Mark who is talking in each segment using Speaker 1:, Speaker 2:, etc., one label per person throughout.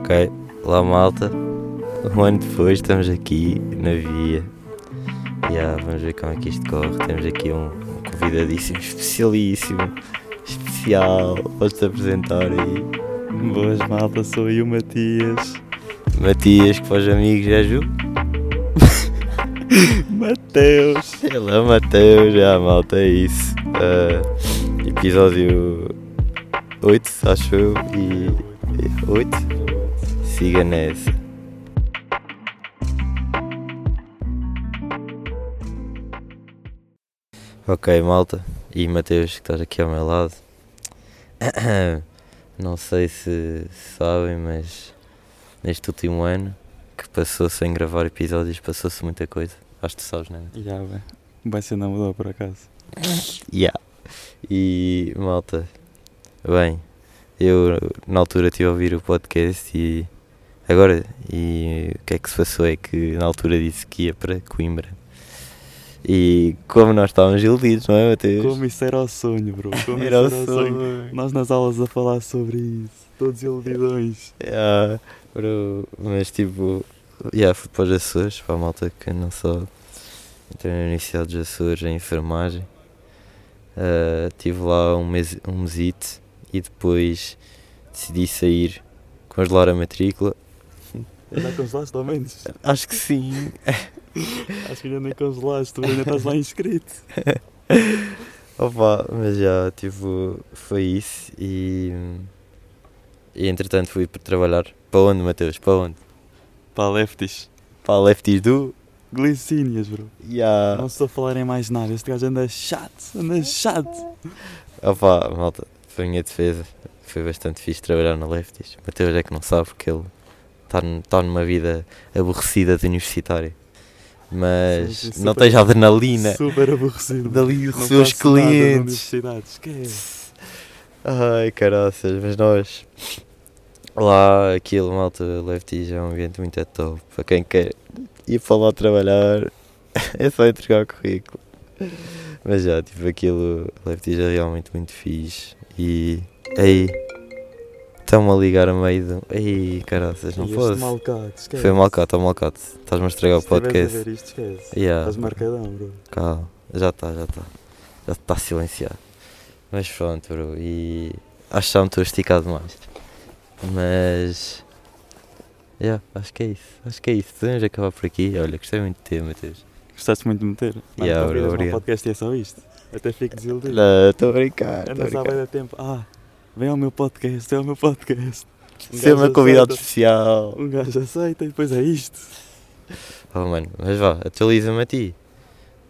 Speaker 1: Ok, lá malta. Um ano depois estamos aqui na via. Yeah, vamos ver como é que isto corre. Temos aqui um, um convidadíssimo especialíssimo, especial. Podes-te apresentar aí.
Speaker 2: Boas malta, sou eu, Matias.
Speaker 1: Matias, que faz amigos, é Ju?
Speaker 2: Mateus.
Speaker 1: Olá, Mateus. Já, malta, é isso. Ah, episódio 8, acho eu. E. 8? Siga nessa. Ok, malta. E Mateus, que estás aqui ao meu lado. Não sei se sabem, mas neste último ano que passou sem gravar episódios, passou-se muita coisa. Acho que tu sabes, não é?
Speaker 2: Já, vai. Vai ser na mudou por acaso.
Speaker 1: Yeah. E malta, bem, eu na altura estive a ouvir o podcast e agora e o que é que se passou é que na altura disse que ia para Coimbra. E como nós estávamos iludidos, não é Mateus?
Speaker 2: Como isso era o sonho, bro. Como
Speaker 1: Era o
Speaker 2: isso
Speaker 1: sonho.
Speaker 2: Nós nas aulas a falar sobre isso. Todos iludidões.
Speaker 1: Yeah, É, bro, mas tipo, yeah, fui para os Açores, para a malta que não sabe. Entrei na Universidade dos Açores em enfermagem. Ah, tive lá um mês um mesito e depois decidi sair, congelar a matrícula.
Speaker 2: Ainda congelaste ao menos.
Speaker 1: Acho que sim.
Speaker 2: Acho que ainda nem congelaste, tu ainda estás lá inscrito.
Speaker 1: Opa, mas já, tipo, foi isso e. E entretanto fui para trabalhar. Para onde, Mateus? Para onde?
Speaker 2: Pá, lefties.
Speaker 1: Para a Lefties do.
Speaker 2: Glicínias, bro.
Speaker 1: Yeah.
Speaker 2: Não estou a falar em mais nada. Este gajo anda chato, anda chato.
Speaker 1: Opa, malta, foi a minha defesa. Foi bastante fixe trabalhar na Lefties. Mateus é que não sabe porque ele está tá numa vida aborrecida de universitário. Mas
Speaker 2: Sim, sim,
Speaker 1: não
Speaker 2: super-
Speaker 1: tens adrenalina.
Speaker 2: Super aborrecido. bro.
Speaker 1: Dali
Speaker 2: Não
Speaker 1: os seus
Speaker 2: faço nada na
Speaker 1: clientes.
Speaker 2: universidade, esquece.
Speaker 1: Ai, caraças, mas nós. Lá, aquilo, malta, Lefties é um ambiente muito top. Para quem quer ir para lá trabalhar, é só entregar o currículo. Mas já, tipo, aquilo, Lefties é realmente muito fixe. E. Aí. Estão-me a ligar a meio do. Aí, caraças, não
Speaker 2: E este
Speaker 1: posso.
Speaker 2: malcado, esquece.
Speaker 1: Foi um mal cato, mal cato. Estás-me a estragar o
Speaker 2: Se tiveres
Speaker 1: podcast.
Speaker 2: a ver isto, esquece.
Speaker 1: Yeah.
Speaker 2: Estás marcadão, bro.
Speaker 1: Calma, já está, já está. Já está silenciado. Mas pronto, bro, e acho que já me estou a esticar demais. Mas. Yeah, acho que é isso, acho que é isso. Podemos acabar por aqui. Olha, gostei muito de ter, Mateus.
Speaker 2: Gostaste muito de meter? Mas
Speaker 1: Yeah,
Speaker 2: não
Speaker 1: bro,
Speaker 2: viras,
Speaker 1: obrigado.
Speaker 2: Não, o podcast é só isto. Até fico desiludido.
Speaker 1: estou a brincar.
Speaker 2: Andas à beira tempo. Ah, vem ao meu podcast, vem ao meu podcast. Um
Speaker 1: Ser
Speaker 2: gajo
Speaker 1: meu convidado
Speaker 2: aceita-
Speaker 1: especial.
Speaker 2: Um gajo aceita e depois é isto.
Speaker 1: Oh, mano, mas vá, atualiza-me a ti.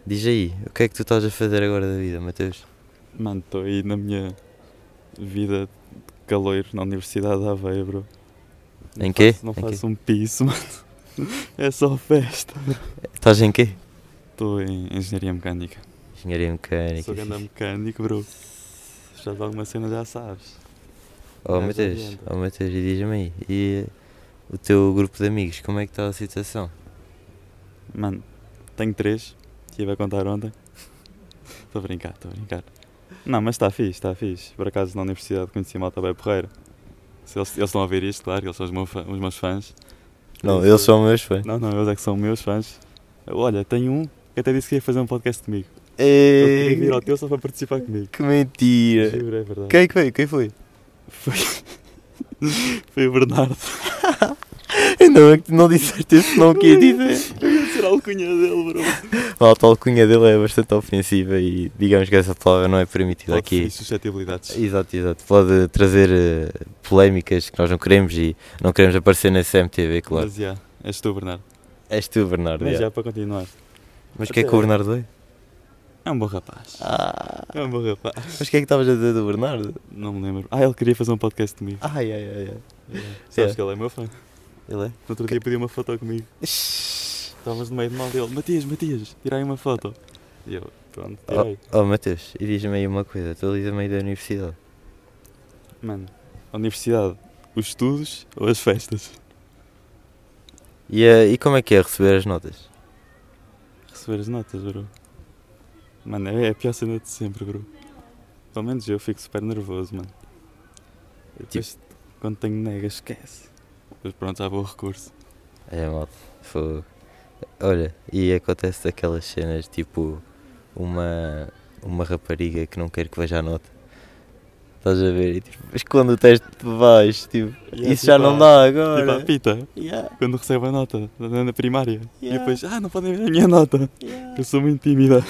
Speaker 1: Diz aí, o que é que tu estás a fazer agora da vida, Mateus?
Speaker 2: Mano, estou aí na minha vida de caloiro na Universidade da Aveia, bro. Não
Speaker 1: Em quê?
Speaker 2: faço- não
Speaker 1: Em quê?
Speaker 2: faço um piso, mano. É só festa.
Speaker 1: Estás em quê?
Speaker 2: Estou em Engenharia Mecânica.
Speaker 1: Engenharia mecânica.
Speaker 2: Sou grande
Speaker 1: fixe.
Speaker 2: mecânico, bro. Se já de alguma cena já sabes.
Speaker 1: Oh
Speaker 2: Mas
Speaker 1: Mateus,
Speaker 2: adianta.
Speaker 1: oh Mateus, e diz-me aí, e o teu grupo de amigos, como é que está a situação?
Speaker 2: Mano, tenho três. Estive a contar ontem. Estou a brincar, estou a brincar. Não, mas está fixe, está fixe. Por acaso na universidade conheci malta bem porreira. Se eles, eles estão a ouvir isto, claro, eles são os meus, fã- os meus fãs.
Speaker 1: Não,
Speaker 2: Isso.
Speaker 1: eles são meus fãs.
Speaker 2: Não, não, eles é que são meus fãs. Olha, tem um que até disse que ia fazer um podcast comigo. Ele queria vir ao teu só para participar comigo.
Speaker 1: que mentira!
Speaker 2: Juro, é verdade.
Speaker 1: Quem foi? Quem foi?
Speaker 2: Foi... Foi o Bernardo.
Speaker 1: Ainda bem que tu não disseste esse nome que ia dizer.
Speaker 2: Eu ia dizer a alcunha dele, bro.
Speaker 1: Malta, a alcunha dele é bastante ofensiva e digamos que essa palavra não é permitida
Speaker 2: Pode
Speaker 1: aqui.
Speaker 2: ser suscetibilidades.
Speaker 1: Exato, exato. Pode trazer eh, polémicas que nós não queremos e não queremos aparecer na CMTV, claro.
Speaker 2: Mas já, és tu, Bernardo.
Speaker 1: És tu, Bernardo.
Speaker 2: Mas
Speaker 1: já.
Speaker 2: já para continuar.
Speaker 1: Mas o que é que o Bernardo é?
Speaker 2: É um bom rapaz.
Speaker 1: Ah,
Speaker 2: É um bom rapaz.
Speaker 1: mas o que é que estavas a dizer do Bernardo?
Speaker 2: Não me lembro. Ah, ele queria fazer um podcast comigo.
Speaker 1: Ai, ai, ai, ai.
Speaker 2: Sabes
Speaker 1: é.
Speaker 2: que ele é meu fã. No
Speaker 1: Ele é?
Speaker 2: outro dia pediu uma foto comigo. Estavas no meio de mal dele. Matias, Matias, tirai uma foto. E eu, pronto, tirei.
Speaker 1: Oh, oh Mateus, e diz-me aí uma coisa, atualiza-me aí da universidade. Ah,
Speaker 2: Mano, a universidade, os estudos ou as festas?
Speaker 1: E, eh, e como é que é receber as notas?
Speaker 2: Receber as notas, bro. Mano, é é a pior cena de sempre, bro. Pelo
Speaker 1: Tipo?
Speaker 2: menos eu fico super nervoso, mano. E Depois, quando tenho nega, esquece. Mas pronto, já vou ao recurso.
Speaker 1: É, malta. Fogo. Olha, e acontece daquelas cenas tipo uma, uma rapariga que não quer que veja a nota. Estás a ver? E, tipo, mas quando o teste de baixo, tipo,
Speaker 2: Yeah,
Speaker 1: isso já
Speaker 2: tipo,
Speaker 1: não dá
Speaker 2: Tipo,
Speaker 1: agora.
Speaker 2: apita,
Speaker 1: Yeah,
Speaker 2: quando recebe a nota, na na primária. E
Speaker 1: Yeah.
Speaker 2: depois, ah, não podem ver a minha nota,
Speaker 1: yeah.
Speaker 2: eu sou muito tímida.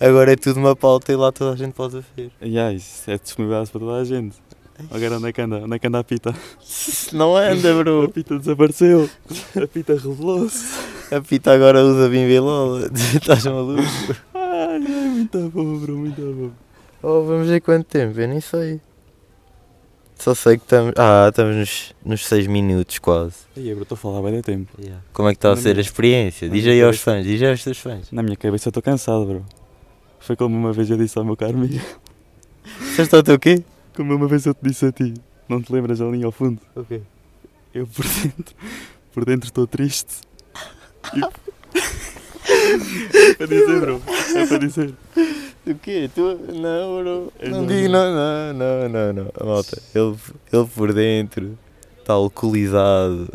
Speaker 1: Agora é tudo uma pauta e lá toda a gente pode ver.
Speaker 2: E ah, isso é disponibilidade para toda a gente. Agora onde é que anda? Onde é que anda a pita?
Speaker 1: Não anda,
Speaker 2: A
Speaker 1: bro.
Speaker 2: pita desapareceu, a pita revelou-se.
Speaker 1: A Pita agora usa bimbilola. Estás maluco?
Speaker 2: Ai, ai, muito bom, bro, muito bom.
Speaker 1: Oh, vamos ver quanto tempo, eu nem sei. Só sei que estamos. Ah, estamos nos, nos 6 minutos quase.
Speaker 2: E aí, bro, estou a falar bem de tempo.
Speaker 1: Como é que está a
Speaker 2: Na
Speaker 1: ser a
Speaker 2: minha-
Speaker 1: experiência?
Speaker 2: na
Speaker 1: Diz
Speaker 2: minha
Speaker 1: aí aos
Speaker 2: cabeça-
Speaker 1: fãs, diz aí aos teus fãs.
Speaker 2: Na minha cabeça eu estou cansado, bro. Foi como uma vez eu disse ao meu caro amigo.
Speaker 1: Estás a ter o quê?
Speaker 2: Como uma vez eu te disse a ti, não te lembras a linha ao fundo?
Speaker 1: O quê?
Speaker 2: Eu por dentro, por dentro estou triste. E... é para dizer, bro. É para dizer.
Speaker 1: O quê? Tu... Não, bro.
Speaker 2: Eu
Speaker 1: Não
Speaker 2: não-
Speaker 1: digo, não, não, não, não, não. A malta, ele, ele por dentro está alcoolizado.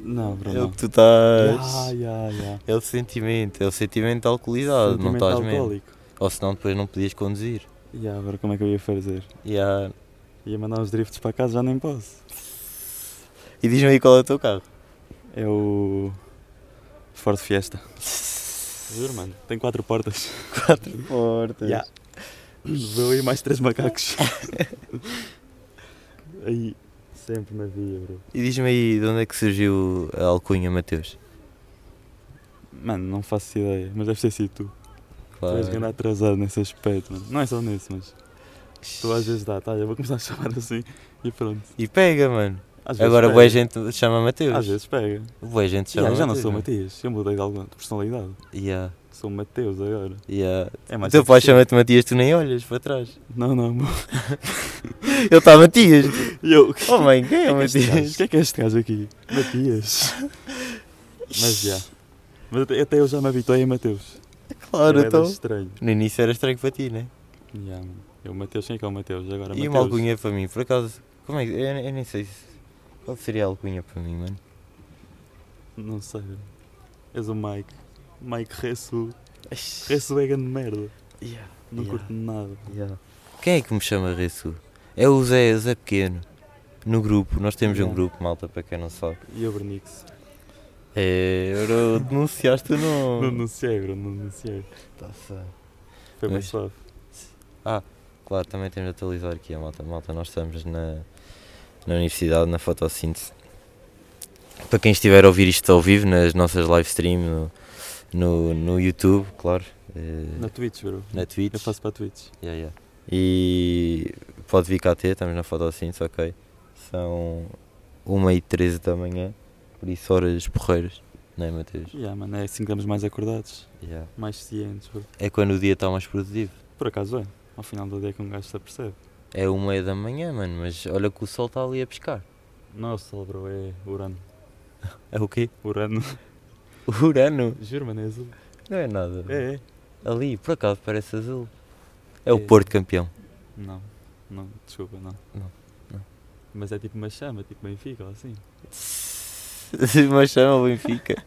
Speaker 2: Não, bro,
Speaker 1: É o
Speaker 2: não.
Speaker 1: que tu estás.
Speaker 2: Ya, ya, ya.
Speaker 1: É o sentimento, é o sentimento de alcoolizado, não
Speaker 2: Sentimento
Speaker 1: estás mesmo.
Speaker 2: alcoólico.
Speaker 1: Ou senão depois não podias conduzir.
Speaker 2: Ya, bro, como é que eu ia fazer?
Speaker 1: Yeah.
Speaker 2: Ia mandar os drifts para casa, já nem posso.
Speaker 1: E diz-me aí qual é o teu carro.
Speaker 2: É o... Ford Fiesta. Juro, mano. Tem quatro portas.
Speaker 1: Quatro portas.
Speaker 2: Ya. Levou aí mais três macacos. aí, sempre na via, bro.
Speaker 1: E diz-me aí de onde é que surgiu a alcunha Mateus.
Speaker 2: Mano, não faço ideia, mas deve ter sido tu. Tu és grande atrasado nesse aspecto, mano. Não é só nesse, mas tu às vezes dá, tá? Eu vou começar a chamar assim e pronto.
Speaker 1: E pega, mano.
Speaker 2: Às vezes
Speaker 1: Agora
Speaker 2: pega.
Speaker 1: boa gente te chama Mateus.
Speaker 2: Às vezes pega.
Speaker 1: Boa gente te chama né?
Speaker 2: Yeah, já não
Speaker 1: Mateus,
Speaker 2: sou
Speaker 1: mano.
Speaker 2: Matias, eu mudei de alguma personalidade.
Speaker 1: Yeah,
Speaker 2: Sou Mateus agora.
Speaker 1: yeah.
Speaker 2: É mais
Speaker 1: Teu pai
Speaker 2: difícil.
Speaker 1: chama-te Matias, tu nem olhas para trás.
Speaker 2: Não, não, amor.
Speaker 1: Ele está Matias.
Speaker 2: E eu.
Speaker 1: Oh mãe, quem é
Speaker 2: Quem é este gajo?
Speaker 1: Matias?
Speaker 2: Quem é que é este gajo aqui? Matias. Mas já. Mas até- até eu já me habituei a Mateus.
Speaker 1: Claro,
Speaker 2: Era
Speaker 1: então.
Speaker 2: estranho.
Speaker 1: No início era estranho para ti, né?
Speaker 2: Ya, mano. Eu, Mateus, quem é que é o Mateus? Agora,
Speaker 1: E
Speaker 2: Mateus.
Speaker 1: uma alcunha para mim, por acaso. Como é que. Eu, eu nem sei se. Qual seria a alcunha para mim, mano?
Speaker 2: Não sei. bro. És o Mike. Mike Ressu. Ressu é grande merda.
Speaker 1: Yeah,
Speaker 2: Não
Speaker 1: Ya.
Speaker 2: curto nada.
Speaker 1: yeah. Quem é que me chama Ressu? É o Zé, o Zé Pequeno. No grupo, nós temos um
Speaker 2: Yeah.
Speaker 1: grupo, malta, para quem não sabe.
Speaker 2: E o Bernix?
Speaker 1: É, bro, denunciaste o
Speaker 2: Não
Speaker 1: nome.
Speaker 2: anunciei, bro. Não anunciei.
Speaker 1: Tá-se.
Speaker 2: Foi bem
Speaker 1: Mas-
Speaker 2: suave.
Speaker 1: Claro, também temos de atualizar aqui a malta. Malta, nós estamos na, na universidade, na fotossíntese. Para quem estiver a ouvir isto ao vivo, nas nossas live stream, no, no, no YouTube, claro. eh,
Speaker 2: Na Twitch, bro.
Speaker 1: na Twitch.
Speaker 2: Eu faço para a Twitch.
Speaker 1: Yeah, yeah. E pode vir cá ter, estamos na fotossíntese, ok? São 1h13 da manhã, por isso horas porreiras, não é, Mateus?
Speaker 2: Ya, mano. É assim que estamos mais acordados.
Speaker 1: Yeah.
Speaker 2: Mais cientes, bro.
Speaker 1: É quando o dia está mais produtivo.
Speaker 2: Por acaso é. Ao final do dia que um gajo se apercebe.
Speaker 1: É uma da manhã, mano, mas olha que o sol está ali a pescar.
Speaker 2: Não é o sol, bro. É Urano.
Speaker 1: É o quê?
Speaker 2: Urano.
Speaker 1: Urano?
Speaker 2: Juro, mano. É azul.
Speaker 1: Não é nada.
Speaker 2: É, é.
Speaker 1: Ali, por acaso, parece azul. É o
Speaker 2: É.
Speaker 1: Porto campeão.
Speaker 2: Não. Não. Desculpa, não.
Speaker 1: Não, não.
Speaker 2: Mas é tipo uma chama, tipo Benfica ou assim.
Speaker 1: Mas chama o Benfica.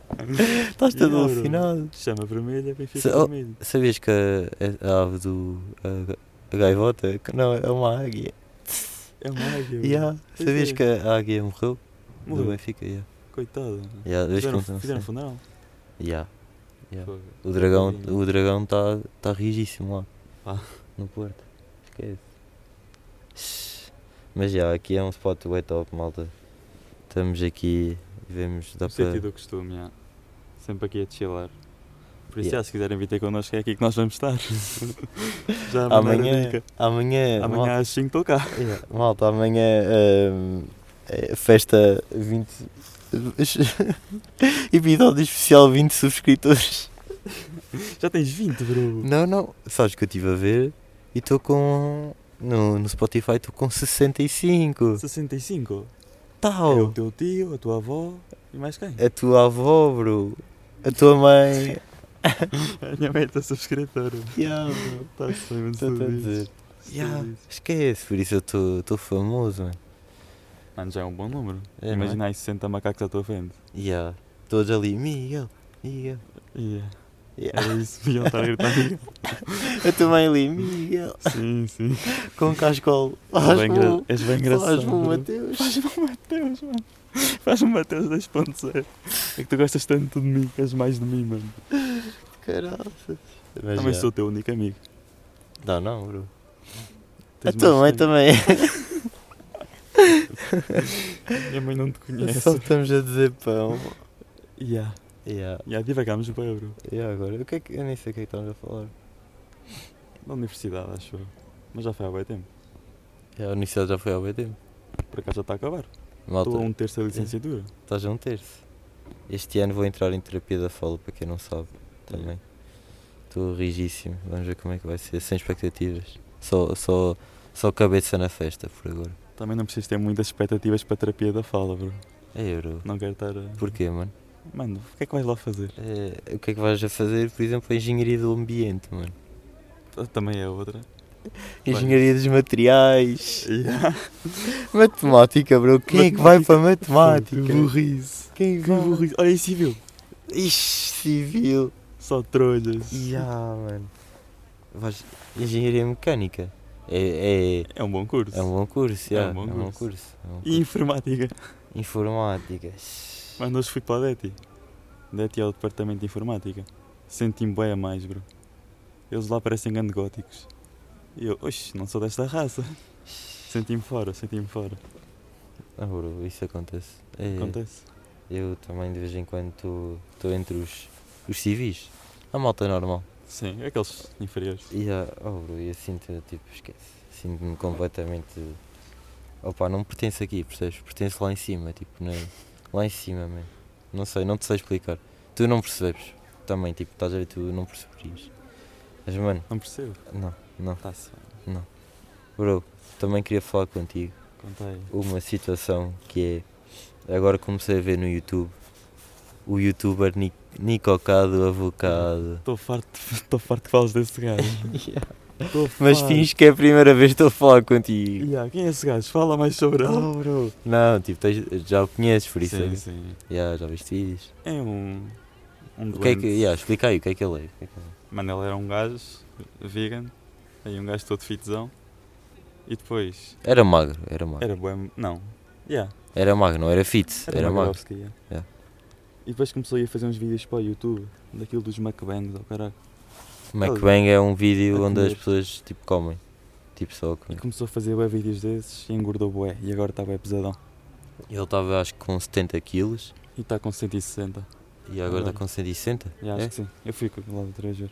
Speaker 1: Estás todo
Speaker 2: Yeah, bro.
Speaker 1: alucinado.
Speaker 2: Chama vermelha, Benfica
Speaker 1: Se- oh.
Speaker 2: vermelho.
Speaker 1: Sabias que a, a ave do. A, ga- a gaivota? Que não, é uma águia.
Speaker 2: É uma águia. bro.
Speaker 1: Yeah.
Speaker 2: Pois
Speaker 1: Sabias
Speaker 2: é.
Speaker 1: que a águia morreu? Do
Speaker 2: Morreu.
Speaker 1: Benfica, yeah.
Speaker 2: Coitada.
Speaker 1: Yeah, desde
Speaker 2: Fizeram,
Speaker 1: que não sei.
Speaker 2: fizeram funeral.
Speaker 1: Yeah. Yeah.
Speaker 2: Fogo.
Speaker 1: O dragão está
Speaker 2: Tadinho.
Speaker 1: o dragão tá, tá rigíssimo lá.
Speaker 2: Ah.
Speaker 1: No Porto. Esquece. Shhh. Mas já, aqui é um spot way top, malta. Estamos aqui e vemos. Dá
Speaker 2: No
Speaker 1: para.
Speaker 2: sentido do costume, yeah. Sempre aqui a chilar. Por isso,
Speaker 1: Yeah.
Speaker 2: já, se quiserem vir ter connosco, é aqui que nós vamos estar. já a mandar a
Speaker 1: Amanhã. é.
Speaker 2: dica.
Speaker 1: Amanhã.
Speaker 2: Amanhã às 5 estou cá.
Speaker 1: mal- yeah, malta, amanhã. hum, é festa 20. Episódio especial 20 subscritores.
Speaker 2: Já tens 20, bro.
Speaker 1: Não, não. Sabes que eu estive a ver e estou com. No, no Spotify estou com 65.
Speaker 2: 65.
Speaker 1: Tal!
Speaker 2: É o teu tio, a tua avó e mais quem?
Speaker 1: A tua avó, bro. A tua mãe.
Speaker 2: A minha mãe está subscritora. tá
Speaker 1: Yeah,
Speaker 2: Está sempre
Speaker 1: Estou a dizer. Yeah, esquece, por isso eu estou famoso, mano.
Speaker 2: Mano, já é um bom número.
Speaker 1: É,
Speaker 2: Imagina aí 60 macacos à tua frente.
Speaker 1: Yeah. Todos ali, Miguel, Miguel.
Speaker 2: Yeah.
Speaker 1: Yeah.
Speaker 2: Era isso, iam estar a gritar.
Speaker 1: Eu também ali, Miguel,
Speaker 2: sim, sim.
Speaker 1: com cascolo.
Speaker 2: És bem,
Speaker 1: Faz-me
Speaker 2: engra- és bem engraçado.
Speaker 1: faz Mateus.
Speaker 2: Faz-me o Mateus, um mano. Faz-me o Mateus 2.0. É que tu gostas tanto de mim, que és mais de mim, mano.
Speaker 1: Caraças.
Speaker 2: Também
Speaker 1: já.
Speaker 2: sou o teu único amigo.
Speaker 1: Não, não, bro. A
Speaker 2: Tens
Speaker 1: tua
Speaker 2: mais
Speaker 1: mãe
Speaker 2: tempo.
Speaker 1: também.
Speaker 2: Minha mãe não te conhece.
Speaker 1: Só estamos a dizer pão.
Speaker 2: Yeah.
Speaker 1: Yeah.
Speaker 2: Yeah, divagámos bem, bro.
Speaker 1: E agora? O que é que... Eu nem sei o que é que estamos a falar.
Speaker 2: Na universidade, acho eu. Mas já foi há bem tempo.
Speaker 1: Yeah, a universidade É, já foi ao bem tempo.
Speaker 2: Por acaso já está a acabar. Estou a
Speaker 1: Malta,
Speaker 2: um terço da licenciatura.
Speaker 1: estás a um terço. Este ano vou entrar em terapia da fala, para quem não sabe também. Estou rigíssimo. Vamos ver como é que vai ser. Sem expectativas. Só, só, só cabeça na festa, por agora.
Speaker 2: Também não precisas ter muitas expectativas para a terapia da fala, bro.
Speaker 1: É euro.
Speaker 2: Não quero estar a...
Speaker 1: Porquê, mano?
Speaker 2: Mano, o que é que vais lá fazer?
Speaker 1: É, o que é que vais a fazer, por exemplo, a engenharia do ambiente, mano?
Speaker 2: Ah, Também é outra. Bem.
Speaker 1: Engenharia dos materiais.
Speaker 2: Yeah.
Speaker 1: Matemática, bro. Quem é que vai para
Speaker 2: Que
Speaker 1: matemática?
Speaker 2: burrice.
Speaker 1: Quem é
Speaker 2: Que burrice. Olha, e civil.
Speaker 1: Ixi, civil.
Speaker 2: Só trolhas.
Speaker 1: Ya, mano. Vais... Engenharia mecânica. É, é,
Speaker 2: É um bom curso.
Speaker 1: é um bom curso,
Speaker 2: É
Speaker 1: ya,
Speaker 2: um bom curso.
Speaker 1: é um
Speaker 2: E
Speaker 1: curso.
Speaker 2: informática.
Speaker 1: Informática.
Speaker 2: Mano, hoje fui para o DETI. DETI é o departamento de informática. Senti-me bem a mais, bro. Eles lá parecem grande góticos. E eu, oxe, não sou desta raça. Senti-me fora, senti-me fora.
Speaker 1: Ah, bro, isso acontece. É,
Speaker 2: Acontece.
Speaker 1: Eu também de vez em quando estou entre os, os civis. A malta normal.
Speaker 2: Sim, é aqueles inferiores.
Speaker 1: E ah, oh, bro, eu sinto, tipo, esquece. Sinto-me completamente. Opa, não pertence aqui, percebes? Pertence lá em cima, tipo, não é? Lá em cima, mesmo. Não sei, não te sei explicar. Tu não percebes também, tipo, estás a ver, tu não percebes. Mas, mano,
Speaker 2: Não percebo.
Speaker 1: não, não.
Speaker 2: Tá-se. bem.
Speaker 1: Bro, também queria falar contigo
Speaker 2: Conta aí.
Speaker 1: uma situação que é. Agora comecei a ver no YouTube o youtuber Ni- Nicocado Avocado.
Speaker 2: Estou farto, estou farto que fales desse gajo. Estou
Speaker 1: Mas
Speaker 2: farto.
Speaker 1: finge que é a primeira vez que estou a falar contigo.
Speaker 2: Yeah, quem é esse gajo? Fala mais sobre ele.
Speaker 1: Oh, bro. Não, tipo, tens- já o conheces, por isso.
Speaker 2: sim,
Speaker 1: é-
Speaker 2: sim.
Speaker 1: Yeah, já viste isso.
Speaker 2: É um. Um
Speaker 1: O que é que,
Speaker 2: doente.
Speaker 1: yeah, explica aí o que é que ele é. o que é que ele é.
Speaker 2: Mano, ele era um gajo vegan, aí um gajo todo fitzão. E depois
Speaker 1: é? Era magro, era magro.
Speaker 2: era boem. Não. Yeah,
Speaker 1: Era magro, não era fit. Era, magro.
Speaker 2: Magrowski, yeah.
Speaker 1: Yeah.
Speaker 2: E depois começou a ir fazer uns vídeos para o YouTube, daquilo dos McBangs, oh caralho.
Speaker 1: McBang é um vídeo
Speaker 2: A
Speaker 1: onde as
Speaker 2: comer.
Speaker 1: pessoas tipo comem. Tipo só a
Speaker 2: E
Speaker 1: comer.
Speaker 2: começou a fazer bué vídeos desses e engordou bué. E agora está bué pesadão.
Speaker 1: Ele estava acho que com 70 quilos
Speaker 2: E está com 160.
Speaker 1: e agora está
Speaker 2: Agora.
Speaker 1: com 160.
Speaker 2: Yeah, acho
Speaker 1: É?
Speaker 2: que sim. Eu fui lá outra vez ver.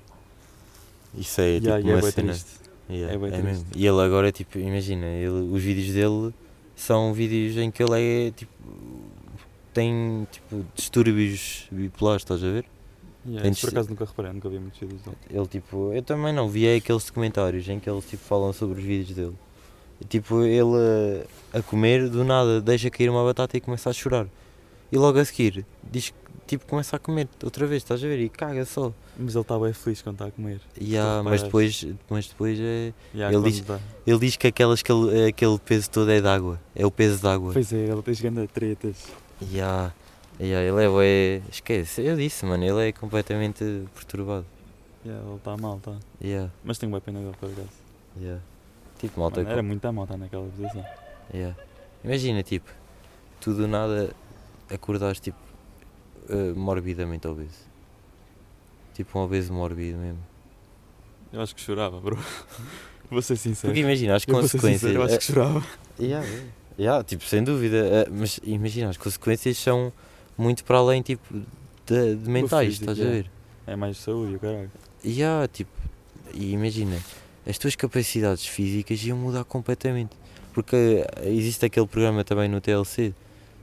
Speaker 1: Isso aí é tipo
Speaker 2: Yeah, e é
Speaker 1: uma
Speaker 2: bué
Speaker 1: cena.
Speaker 2: triste.
Speaker 1: Yeah,
Speaker 2: É bué
Speaker 1: é mesmo.
Speaker 2: triste.
Speaker 1: E ele agora, tipo, imagina, ele- os vídeos dele são vídeos em que ele é tipo. tem tipo distúrbios bipolares, estás a ver?
Speaker 2: Yeah,
Speaker 1: Tem
Speaker 2: isso por
Speaker 1: de-
Speaker 2: acaso nunca reparei, nunca vi muitos vídeos dele.
Speaker 1: Ele tipo, eu também não vi é aqueles documentários em que eles tipo falam sobre os vídeos dele. E, tipo, ele a, a comer do nada deixa cair uma batata e começa a chorar. E logo a seguir diz que tipo começa a comer outra vez, estás a ver? E caga só.
Speaker 2: Mas ele está bem feliz quando está a comer.
Speaker 1: E, há- mas
Speaker 2: reparaste?
Speaker 1: depois, mas depois é,
Speaker 2: Yeah,
Speaker 1: Ele
Speaker 2: quando tá.
Speaker 1: diz-
Speaker 2: dá-
Speaker 1: ele diz que aquelas que ele- eh, aquele peso todo é de água, é o peso de água.
Speaker 2: Pois é, ele tem grande tretas.
Speaker 1: E há- e há, ele é, bué- esquece, eu disse, mano, ele é completamente perturbado.
Speaker 2: Yeah, ele está mal, está.
Speaker 1: E há,
Speaker 2: Mas tenho bem pena dele, por acaso.
Speaker 1: e há. Tipo, malta,
Speaker 2: Mano,
Speaker 1: com-
Speaker 2: era muito a mal estar naquela posição.
Speaker 1: Yeah. Imagina, tipo, tu do nada acordares, tipo, eh, morbidamente obeso. Tipo, um obeso mórbido mesmo.
Speaker 2: Eu acho que chorava, bro. Vou ser sincero.
Speaker 1: Porque imagina as
Speaker 2: Eu vou ser
Speaker 1: consequências.
Speaker 2: sincero, eu acho que chorava.
Speaker 1: eh, yeah, yeah. Yeah, tipo, sem dúvida. eh, mas imagina, as consequências são muito para além, tipo, de, de mentais,
Speaker 2: físico,
Speaker 1: estás a
Speaker 2: yeah.
Speaker 1: ver?
Speaker 2: É mais saúde, o caralho.
Speaker 1: Yeah, tipo, e imagina, as tuas capacidades físicas iam mudar completamente. Porque eh, existe aquele programa também no TLC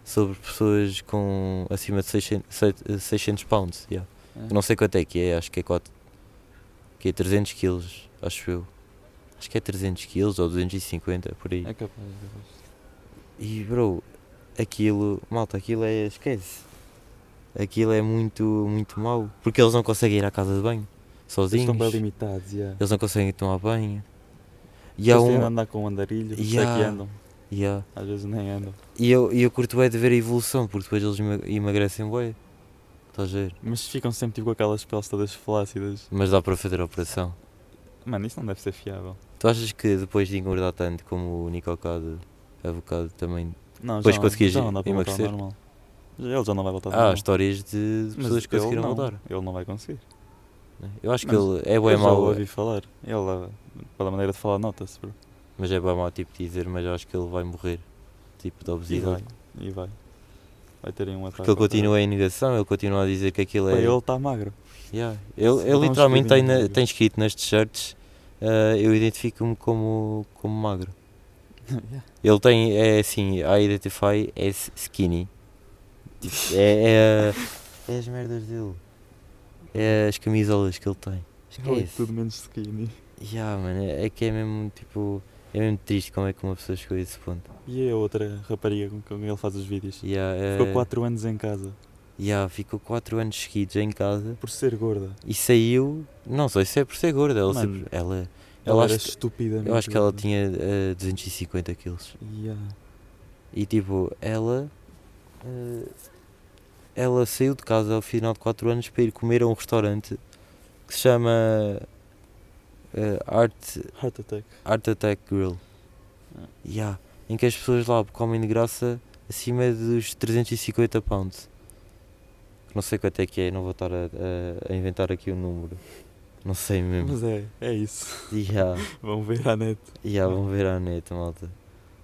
Speaker 1: sobre pessoas com acima de 600, sei- eh, 600 pounds. yeah. Eu Não sei quanto é que é, acho que é 4. Que é 300 quilos, acho eu. Acho que é 300 quilos ou 250, por aí.
Speaker 2: É capaz, é capaz.
Speaker 1: E bro, aquilo, malta, aquilo é, esquece. Aquilo é muito, muito mau. Porque eles não conseguem ir à casa de banho,
Speaker 2: Eles
Speaker 1: sozinhos.
Speaker 2: estão bem limitados, yeah.
Speaker 1: Eles não conseguem tomar banho. E
Speaker 2: Eles
Speaker 1: há
Speaker 2: têm de
Speaker 1: um.
Speaker 2: andar com um andarilho,
Speaker 1: Yeah.
Speaker 2: yeah. que andam.
Speaker 1: Yeah.
Speaker 2: Às vezes nem andam.
Speaker 1: E eu, e eu curto bem de ver a evolução, porque depois eles ema- emagrecem bem. Estás a ver?
Speaker 2: Mas ficam sempre tipo com aquelas peles todas flácidas.
Speaker 1: Mas dá para fazer a operação.
Speaker 2: Mano, isso não deve ser fiável.
Speaker 1: Tu achas que depois de engordar tanto como o Nicocado, avocado também.
Speaker 2: Não,
Speaker 1: Depois
Speaker 2: já,
Speaker 1: conseguias
Speaker 2: já não dá para voltar ao
Speaker 1: emagrecer?
Speaker 2: normal. Já- Ele já não vai voltar ao
Speaker 1: Há
Speaker 2: normal.
Speaker 1: histórias de, de
Speaker 2: Mas
Speaker 1: pessoas que
Speaker 2: ele
Speaker 1: conseguiram
Speaker 2: não,
Speaker 1: mudar.
Speaker 2: Ele não vai conseguir.
Speaker 1: né? Eu acho que
Speaker 2: Mas
Speaker 1: ele é
Speaker 2: Eu
Speaker 1: bem
Speaker 2: já o
Speaker 1: mau,
Speaker 2: ouvi falar. Ele, ah, pela maneira de falar, nota-se, bro.
Speaker 1: mas é bem mau tipo dizer, mas eu acho que ele vai morrer. Tipo de
Speaker 2: E vai.
Speaker 1: obesidade.
Speaker 2: E vai. Vai ter aí um ataque.
Speaker 1: Porque ele
Speaker 2: qualquer.
Speaker 1: continua em negação, ele continua a dizer que aquilo
Speaker 2: Pá,
Speaker 1: é.
Speaker 2: Ele está magro.
Speaker 1: Yeah. Ele,
Speaker 2: Dá
Speaker 1: ele
Speaker 2: um
Speaker 1: literalmente tem, na-
Speaker 2: escrevinho.
Speaker 1: tem escrito nas t-shirts eh, eu identifico-me como, como magro.
Speaker 2: Yeah.
Speaker 1: Ele tem, é assim, I identify as skinny. Tipo, é, é, é as merdas dele. É as camisolas que ele tem.
Speaker 2: Ele é
Speaker 1: Esquece.
Speaker 2: tudo menos skinny.
Speaker 1: Yeah, mano, é, é que é mesmo tipo. É mesmo triste como é que uma pessoa chegou a esse ponto.
Speaker 2: E a outra rapariga com quem ele faz os vídeos?
Speaker 1: Yeah,
Speaker 2: Ficou
Speaker 1: eh,
Speaker 2: 4 anos em casa
Speaker 1: yeah, ficou 4 anos seguidos em casa
Speaker 2: por ser gorda.
Speaker 1: e saiu. Não sei se é por ser gorda, ela,
Speaker 2: Mano,
Speaker 1: sempre- ela Eu
Speaker 2: Ela
Speaker 1: acho
Speaker 2: era
Speaker 1: que-
Speaker 2: estúpida.
Speaker 1: Eu acho que ela tinha eh, 250 quilos.
Speaker 2: ah,
Speaker 1: E tipo, ela. eh, ela saiu de casa ao final de 4 anos para ir comer a um restaurante que se chama. eh, Art,
Speaker 2: Heart attack.
Speaker 1: Art Attack Grill.
Speaker 2: Ah.
Speaker 1: Yeah, em que as pessoas lá comem de graça acima dos 350 pounds. Não sei quanto é que é, não vou estar a, a- a inventar aqui o número. Não sei mesmo.
Speaker 2: Mas é, é isso.
Speaker 1: Yeah.
Speaker 2: Vão ver à net.
Speaker 1: E já vão ver à neta, malta.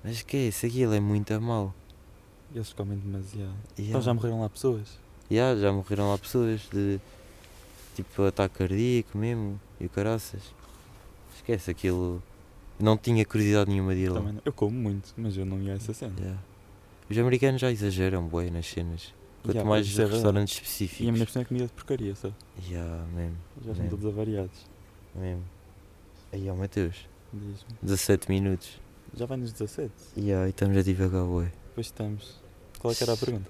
Speaker 1: Mas que é isso? Aquilo é muito a mal.
Speaker 2: Eles comem demasiado.
Speaker 1: E
Speaker 2: Então
Speaker 1: há-
Speaker 2: já morreram lá pessoas.
Speaker 1: e há, já morreram lá pessoas de tipo ataque cardíaco mesmo e o caraças. Esquece aquilo. Não tinha curiosidade nenhuma de ir lá.
Speaker 2: Também não- Eu como muito, mas eu não ia a essa cena.
Speaker 1: Ya. Os americanos já exageram bué nas cenas. Quanto
Speaker 2: Ya,
Speaker 1: mais
Speaker 2: isso é verdade.
Speaker 1: restaurantes
Speaker 2: E a minha
Speaker 1: específicos.
Speaker 2: pessoa é comida de porcaria, só.
Speaker 1: Ya, mesmo,
Speaker 2: Já
Speaker 1: Man.
Speaker 2: são todos avariados.
Speaker 1: mesmo. Aí ó Mateus,
Speaker 2: Diz-me.
Speaker 1: 17 minutos.
Speaker 2: Já vai nos 17.
Speaker 1: E aí estamos a divagar bué.
Speaker 2: Depois estamos. Qual é que era a pergunta?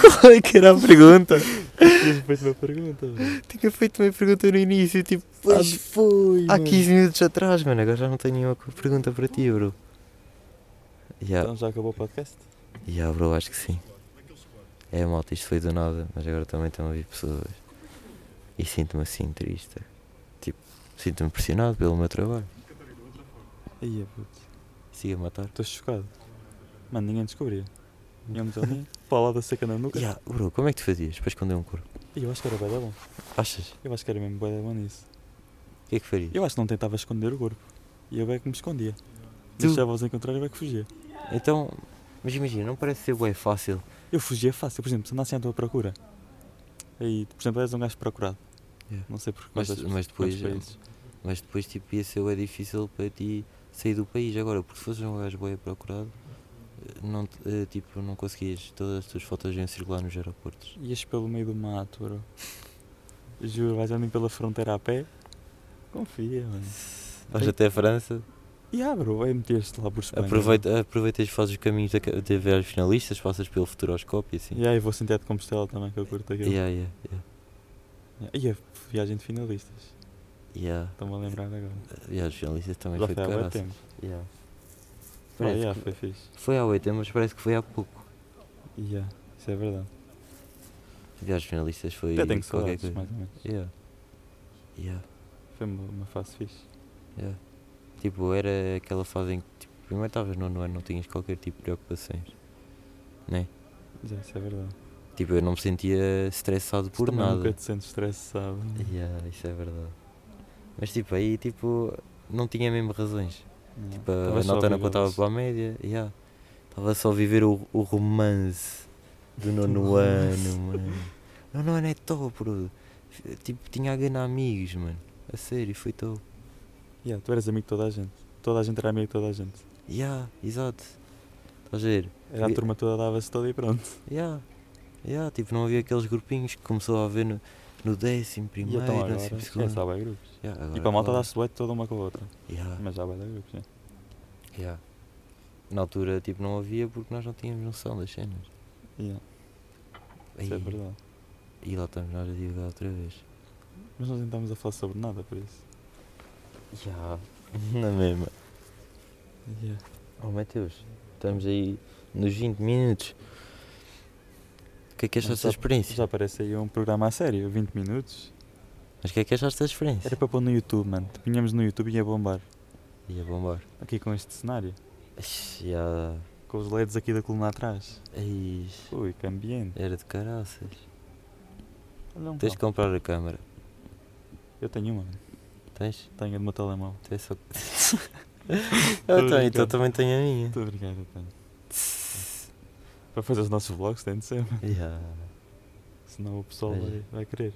Speaker 1: Qual é que era a pergunta?
Speaker 2: Tinhas feito uma pergunta, velho.
Speaker 1: Tinha feito uma pergunta no início, tipo,
Speaker 2: Pois foi,
Speaker 1: Há
Speaker 2: mano.
Speaker 1: 15 minutos atrás, mano, agora já não tenho nenhuma co- pergunta para ti, bro. Já,
Speaker 2: Então já acabou o podcast?
Speaker 1: já, bro, acho que sim. É malta, isto foi do nada, mas agora também estão a ouvir pessoas. E sinto-me assim triste. Tipo, sinto-me pressionado pelo meu trabalho.
Speaker 2: Aí é puto.
Speaker 1: Siga a matar.
Speaker 2: Estou chocado. Mano, ninguém descobria. Íamos ali, para lá da seca na nuca.
Speaker 1: Já, bro, como é que tu fazias para esconder um corpo?
Speaker 2: E eu acho que era bué da bom.
Speaker 1: Achas?
Speaker 2: Eu acho que era mesmo bué da bom nisso.
Speaker 1: O que é que farias?
Speaker 2: Eu acho que não tentava esconder o corpo. E eu é que me escondia.
Speaker 1: Tu-
Speaker 2: Deixava-os encontrar e eu é que fugia.
Speaker 1: Então, mas imagina, não parece ser bem fácil.
Speaker 2: Eu fugia fácil, por exemplo, se andassem à tua procura. Aí, por exemplo, és um gajo procurado.
Speaker 1: Yeah.
Speaker 2: Não sei por
Speaker 1: Mas, é
Speaker 2: quantas-
Speaker 1: mas
Speaker 2: quantos
Speaker 1: depois,
Speaker 2: países.
Speaker 1: mas depois tipo, ia ser bem difícil para ti sair do país agora, porque se fosses um gajo bem procurado, eh, não, te- eh, tipo, não conseguias, todas as tuas fotos iam circular nos aeroportos.
Speaker 2: Ias pelo meio do mato, bro. Juro, vais andando pela fronteira a pé. Confia, mano.
Speaker 1: Vais
Speaker 2: Tem-
Speaker 1: até a França,
Speaker 2: E ah, bro, vai meter-te lá por Espanha.
Speaker 1: aproveita, aproveitas, fazes os caminhos da ca- de ver os finalistas, passas pelo futuroscópio e assim.
Speaker 2: E aí, vou sentir de Compostela também, que eu curto aquilo.
Speaker 1: Yeah, yeah, yeah.
Speaker 2: E a viagem de finalistas.
Speaker 1: Yeah.
Speaker 2: Estão-me a lembrar agora.
Speaker 1: Yeah, os finalistas também
Speaker 2: Já
Speaker 1: foi
Speaker 2: foi
Speaker 1: de
Speaker 2: há muito
Speaker 1: caraças.
Speaker 2: tempo.
Speaker 1: Yeah.
Speaker 2: Ah,
Speaker 1: Parece
Speaker 2: yeah,
Speaker 1: que-
Speaker 2: foi fixe.
Speaker 1: Foi há oito, mas parece que foi há pouco.
Speaker 2: Yeah, isso é verdade.
Speaker 1: Viagens finalistas foi
Speaker 2: Até tenho
Speaker 1: qualquer
Speaker 2: saudades,
Speaker 1: coisa.
Speaker 2: mais ou menos.
Speaker 1: Yeah. Yeah.
Speaker 2: Foi uma, uma fase fixe.
Speaker 1: Yeah. Tipo, era aquela fase em que tipo, primeiro estavas no nono ano, não tinhas qualquer tipo de preocupações.
Speaker 2: Já, isso é verdade.
Speaker 1: Tipo, eu não me sentia estressado
Speaker 2: Tu
Speaker 1: por
Speaker 2: também
Speaker 1: nada.
Speaker 2: nunca te sentes estressado.
Speaker 1: Yeah, isso é verdade. Mas tipo, aí tipo, não tinha mesmo razões.
Speaker 2: Não.
Speaker 1: Tipo, a
Speaker 2: Estavas só
Speaker 1: nota não
Speaker 2: vivo,
Speaker 1: contava
Speaker 2: elas-
Speaker 1: para a média. yeah. Estava só a viver o, o romance do nono ano, mano. Nono ano é top, bro. F- Tipo, tinha a ganhar amigos, mano. A sério, foi top.
Speaker 2: Yeah, tu eras amigo de toda a gente. Toda a gente era amigo de toda a gente.
Speaker 1: Yeah, exato. Estás a ver?
Speaker 2: Era a
Speaker 1: E-
Speaker 2: turma toda, dava-se toda e pronto.
Speaker 1: Yeah. Yeah, tipo, não havia aqueles grupinhos que começou a haver no, no décimo
Speaker 2: E
Speaker 1: primeiro,
Speaker 2: então
Speaker 1: no
Speaker 2: agora,
Speaker 1: décimo
Speaker 2: já
Speaker 1: segundo.
Speaker 2: sabe, grupos.
Speaker 1: Yeah, agora, Ah.
Speaker 2: E para a malta
Speaker 1: claro.
Speaker 2: dá-se dueto toda uma com a outra.
Speaker 1: Yeah,
Speaker 2: Mas já vai dar grupos, né?
Speaker 1: yeah. Na altura, tipo, não havia porque nós não tínhamos noção das cenas.
Speaker 2: Yeah,
Speaker 1: Ei,
Speaker 2: isso é verdade.
Speaker 1: e lá estamos nós a divulgar outra vez.
Speaker 2: Mas nós não estamos a falar sobre nada, por isso.
Speaker 1: Yeah. Na mesma.
Speaker 2: Yeah.
Speaker 1: Oh Mateus, estamos aí nos 20 minutos. O que é que achaste da
Speaker 2: Mas
Speaker 1: experiência?
Speaker 2: Já parece aí um programa a sério, 20 minutos.
Speaker 1: Mas o que é que achaste da
Speaker 2: Era
Speaker 1: experiência?
Speaker 2: para pôr no YouTube, mano. Punhamos no YouTube e ia bombar.
Speaker 1: Ia bombar.
Speaker 2: Aqui com este cenário.
Speaker 1: Ixi, Já.
Speaker 2: Com os LEDs aqui da coluna atrás.
Speaker 1: Ai,
Speaker 2: Ui, que ambiente.
Speaker 1: era de caraças.
Speaker 2: Então. Olha um
Speaker 1: Tens de
Speaker 2: pau.
Speaker 1: comprar a câmera.
Speaker 2: Eu tenho uma, mano.
Speaker 1: Tens?
Speaker 2: Tenho a do meu telemóvel.
Speaker 1: Tens só. eu tenho, então
Speaker 2: brincando.
Speaker 1: também tenho a minha.
Speaker 2: Muito obrigado, eu tenho. Para fazer os nossos vlogs tem de ser, mano.
Speaker 1: Ya.
Speaker 2: Senão o pessoal
Speaker 1: Pois
Speaker 2: vai, vai querer.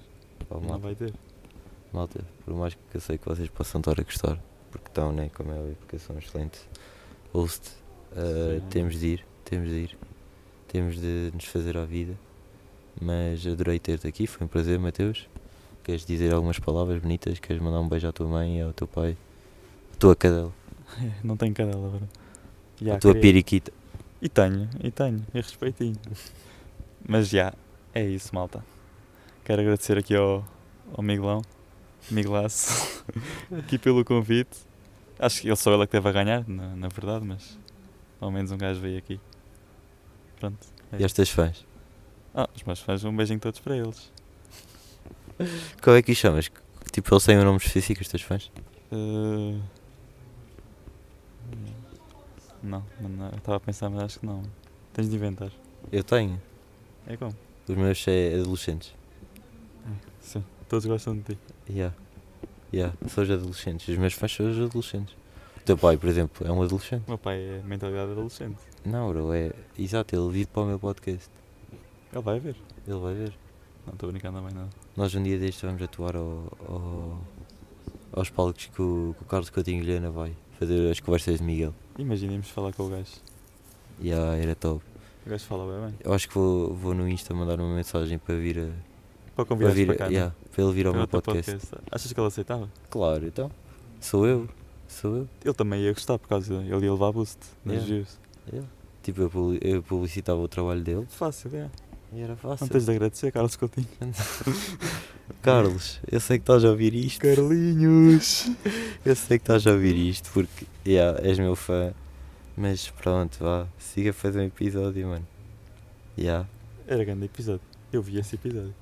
Speaker 1: Pá,
Speaker 2: não
Speaker 1: malta,
Speaker 2: vai ter.
Speaker 1: malta, por mais que eu sei que vocês possam estar a gostar, porque estão, né? Como é óbvio, porque eu sou um excelente host. ah,
Speaker 2: Sim.
Speaker 1: temos de ir, temos de ir. Temos de nos fazer à vida. Mas adorei ter-te aqui, foi um prazer, Mateus. Queres dizer algumas palavras bonitas? Queres mandar um beijo à tua mãe, ao teu pai, à tua cadela,
Speaker 2: Não tenho cadela, bro.
Speaker 1: à tua periquita?
Speaker 2: E tenho, e tenho, e respeitinho. Mas já, é isso, malta. Quero agradecer aqui ao, ao Miguelão, Miguelaço, aqui pelo convite. Acho que ele só ele é que teve a ganhar, na, na verdade, mas ao menos um gajo veio aqui. Pronto.
Speaker 1: E aos teus fãs?
Speaker 2: Ah, os meus fãs, um beijinho todos para eles.
Speaker 1: Como é que os chamas? Tipo, eles têm um nome específico, os teus fãs?
Speaker 2: Eh, Não, não, não, eu estava a pensar, mas acho que não. Tens de inventar.
Speaker 1: Eu tenho.
Speaker 2: É como?
Speaker 1: Os meus é adolescentes.
Speaker 2: Sim, todos gostam de ti.
Speaker 1: Yeah. Yeah, são os adolescentes. Os meus fãs são os adolescentes. O teu pai, por exemplo, é um adolescente.
Speaker 2: O meu pai é mentalidade adolescente.
Speaker 1: Não, bro, é. Exato, ele vive para o meu podcast.
Speaker 2: Ele vai ver.
Speaker 1: Ele vai ver.
Speaker 2: Não estou brincando também nada.
Speaker 1: Nós um dia deste vamos atuar ao, ao- aos palcos que o, que o Carlos Coutinho Vilhena vai fazer as conversas de Miguel.
Speaker 2: Imaginemos falar com o gajo.
Speaker 1: Yeah, era top.
Speaker 2: O gajo fala bem bem.
Speaker 1: Eu acho que vou, vou no Insta mandar uma mensagem para vir a.
Speaker 2: Para
Speaker 1: Para,
Speaker 2: convidar
Speaker 1: vir,
Speaker 2: para cá. né?
Speaker 1: yeah, para ele vir ao
Speaker 2: Para
Speaker 1: meu
Speaker 2: outro
Speaker 1: podcast.
Speaker 2: podcast. Achas que ele aceitava?
Speaker 1: Claro, então. Sou eu. Sou eu.
Speaker 2: Ele também ia gostar por causa dele. Ele ia levar boost nos
Speaker 1: Yeah.
Speaker 2: views.
Speaker 1: eu. Tipo, eu pub- eu publicitava o trabalho dele
Speaker 2: Fácil, é.
Speaker 1: e era fácil.
Speaker 2: Não tens de agradecer, Carlos Coutinho.
Speaker 1: Carlos, eu sei que estás a ouvir isto.
Speaker 2: Carlinhos!
Speaker 1: Eu sei que estás a ouvir isto porque yeah, és meu fã. Mas pronto, vá. Siga a fazer um episódio, mano. Yeah.
Speaker 2: Era grande episódio. Eu vi esse episódio.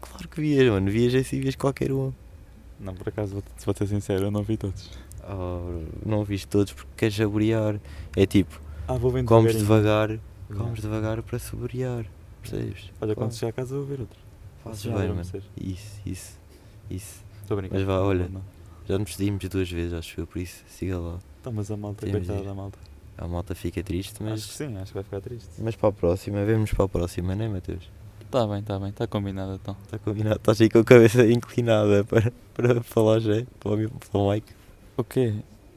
Speaker 1: Claro que vias, mano. Vias assim, vias qualquer um.
Speaker 2: Não, por acaso, vou, vou ser sincero, eu não vi todos.
Speaker 1: Oh, não viste todos porque queres saborear. É tipo,
Speaker 2: Ah, vou ver
Speaker 1: comes
Speaker 2: devagarinho.
Speaker 1: devagar,
Speaker 2: Yeah.
Speaker 1: comes devagar para saborear. Percebes?
Speaker 2: Olha, quando
Speaker 1: Claro.
Speaker 2: chegar a casa vou ver outro.
Speaker 1: Fazes
Speaker 2: Já
Speaker 1: bem,
Speaker 2: vou
Speaker 1: mano.
Speaker 2: ser.
Speaker 1: Isso, isso, isso.
Speaker 2: Estou brincando.
Speaker 1: né? Mas vá, olha.
Speaker 2: Não.
Speaker 1: Já nos pedimos duas vezes, acho eu, por isso siga lá.
Speaker 2: Tá, mas a malta,
Speaker 1: Temos de
Speaker 2: coitada
Speaker 1: ir.
Speaker 2: da malta.
Speaker 1: A malta fica triste,
Speaker 2: Acho que
Speaker 1: mas.
Speaker 2: sim, acho que vai ficar triste.
Speaker 1: Mas para a próxima, vemos para a próxima, não é, Mateus?
Speaker 2: Tá bem, tá bem, tá combinado então.
Speaker 1: Está combinado, estás aí com a cabeça inclinada para, para falar já, para o, meu- para o Mike.
Speaker 2: O quê?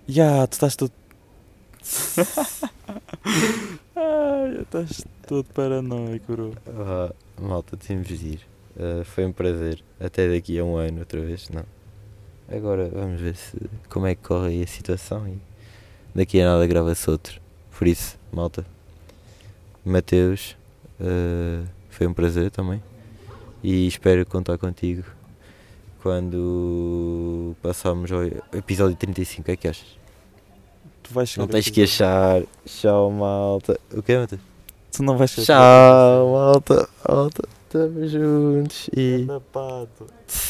Speaker 2: Ya, tu estás todo. Ai, já estás todo paranoico, bro.
Speaker 1: Ah, malta, temos de ir. Ah, foi um prazer. Até daqui a um ano, outra vez, não. Agora vamos ver se, como é que corre aí a situação e daqui a nada grava-se outro. Por isso, malta, Mateus, ah, foi um prazer também e espero contar contigo quando passarmos ao episódio 35. O que é que achas?
Speaker 2: Tu vais chegar.
Speaker 1: Não tens
Speaker 2: aqui.
Speaker 1: que achar. Tchau, malta. O que é, Mateus?
Speaker 2: Tu não vais chegar.
Speaker 1: Tchau, malta. Malta, tamo juntos e.
Speaker 2: Anda, pato.
Speaker 1: Tss.